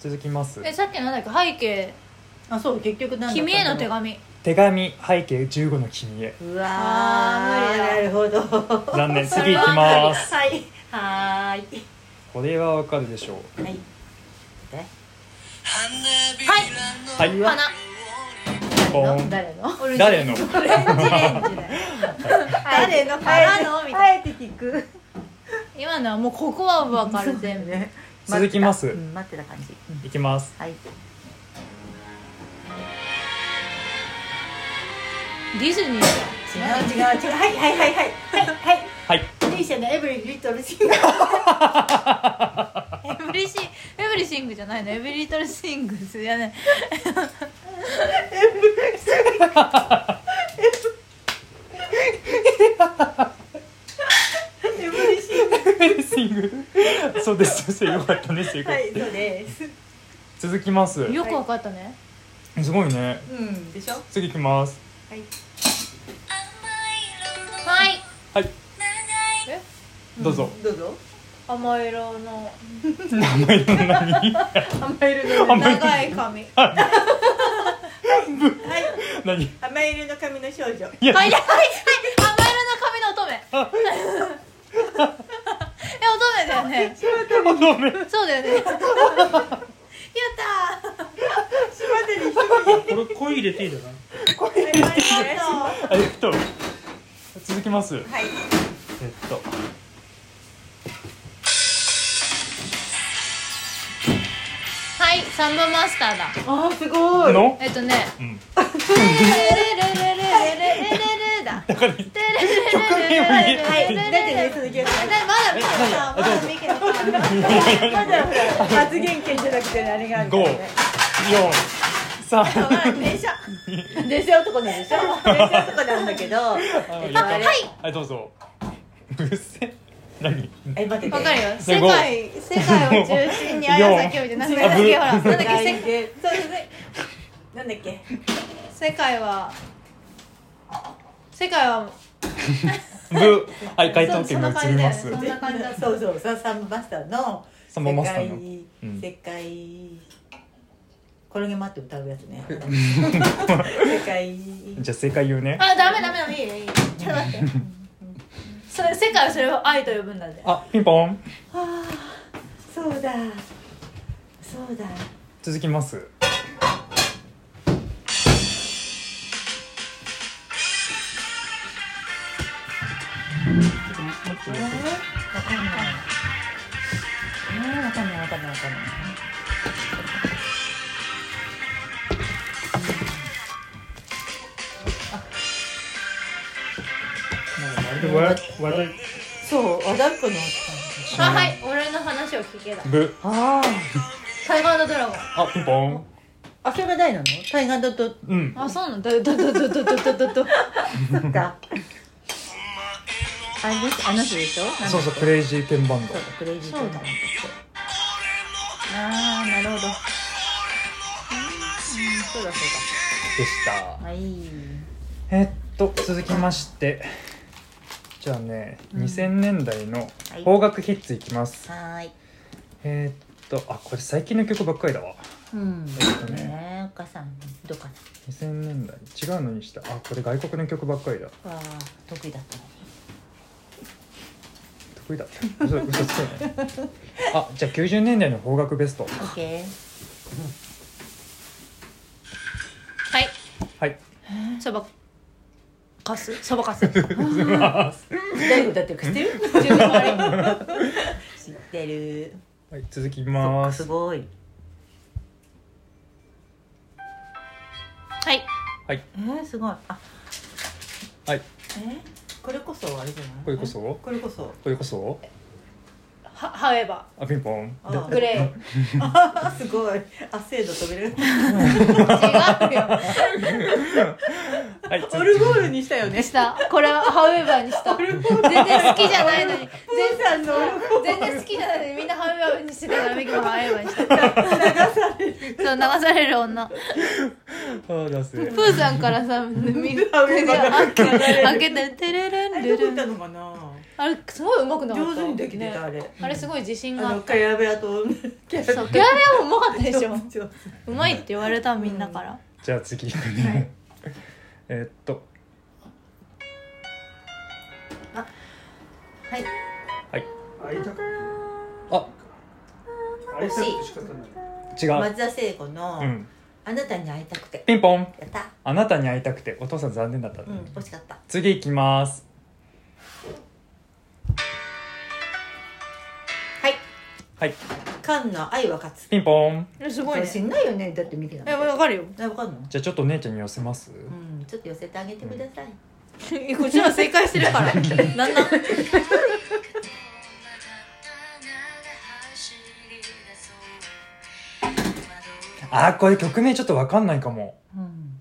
続きますえさっきなんだっけ背景あそう結局なんだった君への手紙紙手紙背景15の君へうわーあー無理だなるほど残念次行きますはいはーいこれはわかるでしょうはいははいい花ポ誰のン誰のオレンジ誰のオレンジレンジだよ誰の誰のみたあえて聞く今のはもうここは分かる全部ね 続きます待ってたうん待ってた感じうんいきますはいディズニー違う違う違うはいはいはいはいはいはいはいお兄ちゃんのエブリリ トルシンガーエブリシンエブリシングじゃないのエブリリトルシングスじゃないエブリシンガーフェンシング そうですそうですよかったね正は解、いそうです続きますよく分かったねすごいねうんでしょは次行きますいはいはいえどうぞ、どうぞ甘色 の名前の何甘えるの甘える長い髪はい何甘えるの髪の少女いや、はいはいはい甘色の髪の乙女え乙女だよねごめんそうだよねやったー島でに一これ声入れていいだな人いっぱいいるえっと続きますえっはいとはいサンボマスターだあーすごいのえっとねうん「テレレレレレレレレ」だ「テレレレレレレはいレレレ出てねレ」続きをまだ見てないまだ見てないまだほら発言権じゃなくてあれがあるからね四三電車電車男なんでしょ電車男なんだけどえっとあれはいはいどうぞうっせ何え待ってわかるよす世ごい界世界を中心に綾崎を見てなんだっけほらなんだっけ大世でそうそうそうなんだっけ世界は世界はブはい回答権が移りまそすんな感じだったそうそうササンバスターのサンボマスターのうん世界世界転げ回って歌うやつね世界じゃあ正解言うねあダメダメダメいいよ いいよちょっと待ってそれ世界はそれを愛と呼ぶんだぜあピンポンあーそうだそうだ続きますえー、わかんないえー、わかんないわかんないわかんないわわらそう和田っ子のあはい俺の話を聞けだブあタイガードラゴンあピンポンああそれが大なの大河だとうんあそうなんだだだだだだだだそっかあの人あの人でしょなんだっけそうそうクレイジーケンバンドそうだクレイジーそうだああなるほどうんそうだそうでしただはいえっと続きましてじゃあね、うん2000年代のはい邦楽ヒッツいきます、はーいえーっとあこれ最近の曲ばっかりだわうんっとねねえお母さんどうか2000年代違うのにしたあこれ外国の曲ばっかりだなわあ得意だったの得意だった嘘嘘つくねあじゃあ90年代の邦楽ベストオッケーはいはいそばかすそばかす自誰が歌ってるか知ってる分のあれ知ってるはい続きそっまかすすごいはいはいえー、すごいあはいえー、これこそあれじゃないこれこそこれこそこれこそはハウエバあピンポンあでーグレあすごい汗の扉ー違うよはい続きオルゴールにしたよねしたこれはハウエバーにした全然好きじゃないのに全さんのオルゴール全然好きじゃないのにみんなハウエバーにしてたからミキもハウエバーにしたそう流される女あー出せ プーさんからさみんな ハウエバーが開けて開けてテレレンあレれどこレ行ンったのかなあれすごい上手くなかった上手にできてたねあれあれすごい自信がああのっかやべやとたそうペアレアもうまかったでしょ上手うまいって言われたみんなからじゃあ次行くね、はいえーっとはいはい会いたくあ会いたくて仕方ない違う、松田聖子の、うん、あなたに会いたくてピンポンやったあなたに会いたくてお父さん残念だったね、うん惜しかった次行きますはいはい菅の愛は勝つピンポンえすごこいれね知んないよねだってミキなんえてわかるよえわかんのじゃあちょっと姉ちゃんに寄せます、うんちょっと寄せてあげてくださいこっちは正解してる からなんなんあーこれ曲名ちょっとわかんないかもうん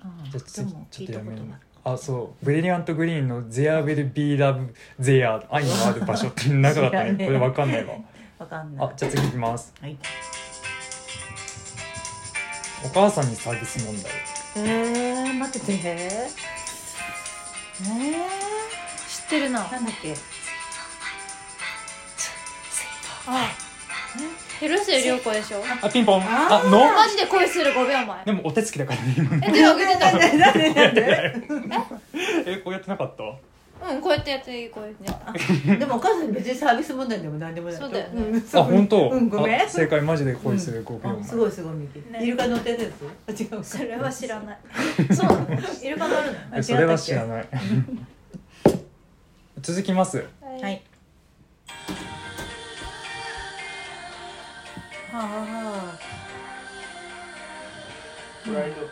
あじゃあで次もちょっ聞といたやこめとるがあるあそう「ブリリアント・グリーン」の「There will be love there 愛のある場所」っていう中だった知らねねえこれわかんないわ わかんないあじゃあ次行きますはいお母さんにサービス問題えー、待っててえ知ってるなー、なんだっけあ広末涼子でしょあピンポンああーのマジで恋する5秒前でもお手つきだからね今え手を挙げてたなんでなんでなんでえこうやってなかったうんこうやってやっていいこうやってねでもお母さん別にサービス問題でも何でもないそうだよねあん本当、うんごめんあ正解マジで恋する5秒あ前、すごいすごいミキ、ねイルカ乗ってるやつあ違うかそれは知らないそうなのイルカ乗るのあえそれは知らない 続きますははいはプライド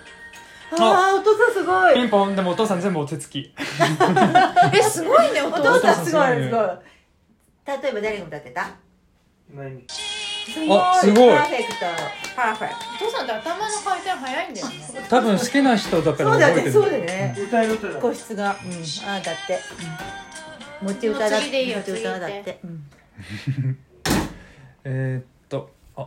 ああーお父さんすごピいンポンでもお父さん全部お手つきえすごいねおお父父ささんんすごいすごい例えば誰が歌ってたないんですすあすごいパーフェクトパーフェクお父さんって頭の回転早いんだよね多分好きな人だかトらそうだ覚えてねるそうだね歌い歌だ個室がうんああだって持ち歌だもう次でいいよ持ち歌だっ次行っててうんえー、っとあ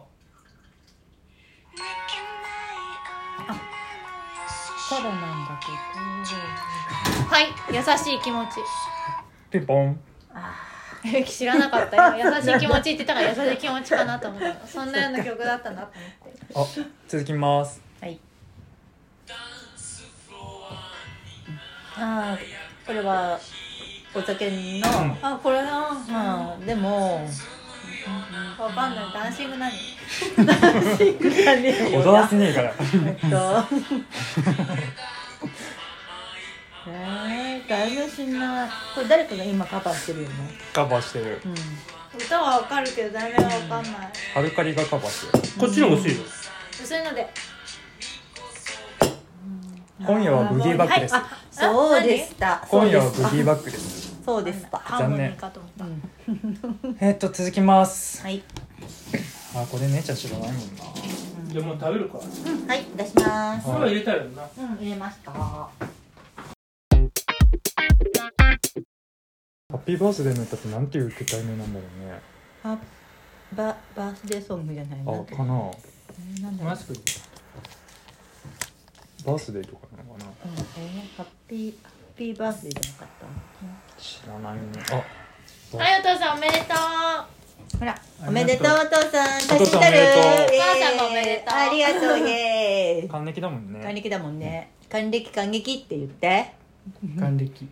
ただなんだけはい優しい気 持ちピンポンえ知らなかったよ優しい気持ちって言ってたから優しい気持ちかなと思ったそんなような曲だったなと思ってあ続きますどはいああこれはお酒のあこれなうんまあでもわかんないダンシング何踊らせねえから えっと。えー、誰も知んない。これ誰かが今カバーしてるよね。カバーしてるうん。歌はわかるけど題名はわかんないハルカリがカバーしてるこっちの方が欲しいよ薄いので今夜はブギーバックです、はいあそうでした。今夜はブそうでしたギーバックですそうでした。ハーモニーかと思ったえー、っと続きますはい。あこれ姉ちゃん知らないもんなじゃあもう食べるかはい、出します。それは入れたらなうん、入れました。ハハッピーバースデーの歌ってなんていう歌題名なんだろうねッババースデーソングじゃないなんてあかなえーなんだろう。マスクでバースデーとかなのかなうん、えー、ハッピーハッピーバースデーじゃなかっ知らないねあはいお父さんおめでとうあた。ほら、ありがとうおめでとうお父さん。お父さんおめでとうイエおーイ母さんもおめでとうありがとうイエーイ。還暦だもん還ね暦だもんね。還暦還暦って言って。還暦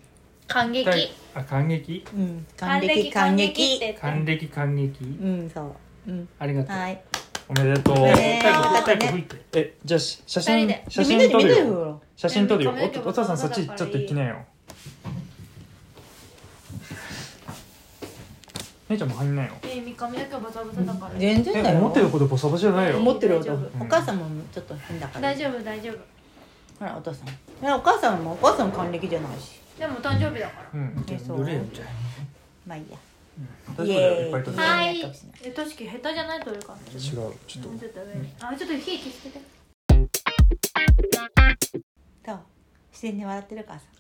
感激あ還暦うん、還還暦暦感還激って言っ暦て還暦還暦うんそううんありがとうはいおめでとうね最後最後吹いてえじゃあし写二人真で写みんな真で撮見るてよよ写真撮るよ髪の毛おお父さんそっちちょっと行きなよ姉ちゃんも入んなよえー、髪の毛バタバタだから、全然だえよ思ってるほどボサボサじゃないよ思ってるよ大丈夫お母さんもちょっと変だから大丈夫大丈夫ほらお父さんねお母さんもお母さんも還暦じゃないしでも誕生日だかうんえそうどれやんじゃまあいいや大丈夫イだよいっぱい撮ーイるらよははいえとしき下手じゃないとるかも違うちょっとうちょっと上にあちょっと火消しててどう自然に笑ってる母さんこ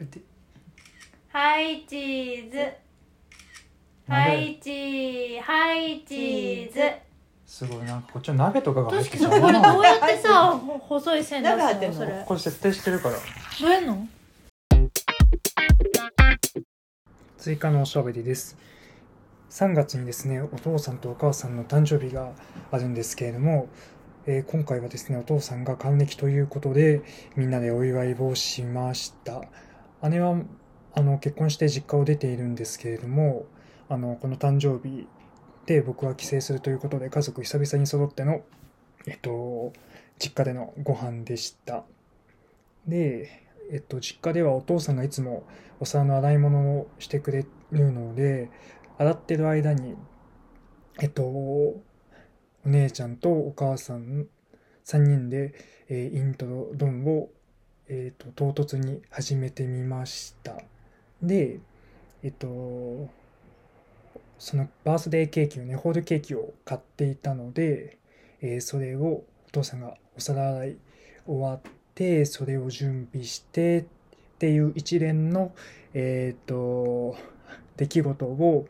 うやってはいチーズはいチーはいチーズすごいなんかこっちは鍋とかが入とっしてききさたこれ どうやってさほ細い線出すなんか入ってんののそれこれ設定してるからどうやんの追加のおしゃべりです3月にですねお父さんとお母さんの誕生日があるんですけれども、えー今回はですねお父さんが還暦ということでみんなでお祝いをしました姉はあの結婚して実家を出ているんですけれどもあのこの誕生日で僕は帰省するということで家族久々に揃ってのえっと実家でのご飯でしたでえっと実家ではお父さんがいつもお皿の洗い物をしてくれるので洗ってる間にえっとお姉ちゃんとお母さん3人で、えーイントロドンを、えっと唐突に始めてみましたでえっとそのバースデーケーキをねホールケーキを買っていたので、えーそれをお父さんがお皿洗い終わってそれを準備してっていう一連のえっ、と出来事を、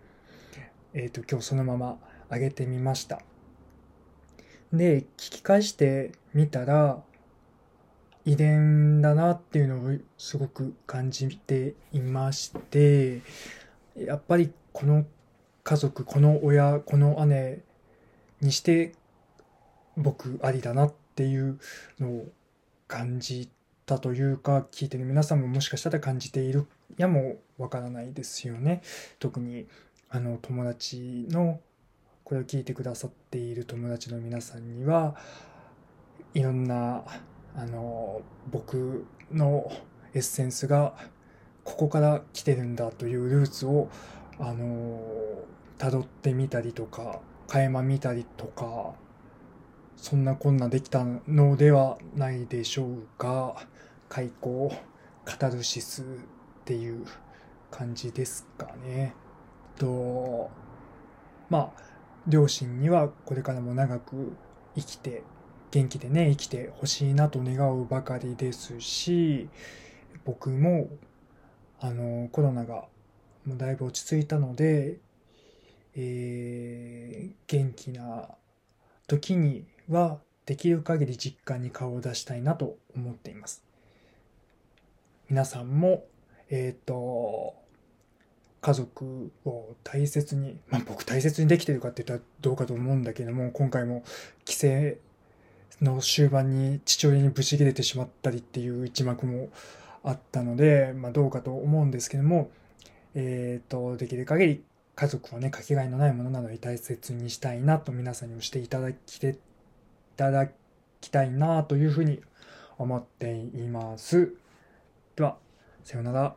えー、と今日そのまま上げてみましたで聞き返してみたら遺伝だなっていうのをすごく感じていましてやっぱりこの家族この親この姉にして僕ありだなっていうのを感じたというか聞いてる皆さんももしかしたら感じているやもわからないですよね特にあの友達のこれを聞いてくださっている友達の皆さんにはいろんなあの僕のエッセンスがここから来てるんだというルーツをあの辿ってみたりとか垣間見たりとかそんなこんなできたのではないでしょうか開口カタルシスっていう感じですかね。とまあ両親にはこれからも長く生きて元気でね生きてほしいなと願うばかりですし僕もあのコロナがもうだいぶ落ち着いたので、えー元気な時にはできる限り実家に顔を出したいなと思っています皆さんもえっ、と家族を大切に、まあ、僕大切にできてるかって言ったらどうかと思うんだけども今回も帰省の終盤に父親にブチ切れてしまったりっていう一幕もあったので、まあ、どうかと思うんですけども、えー、とできる限り家族はねかけがえのないものなので大切にしたいなと皆さんにもしていただきていただきたいなというふうに思っています。ではさようなら。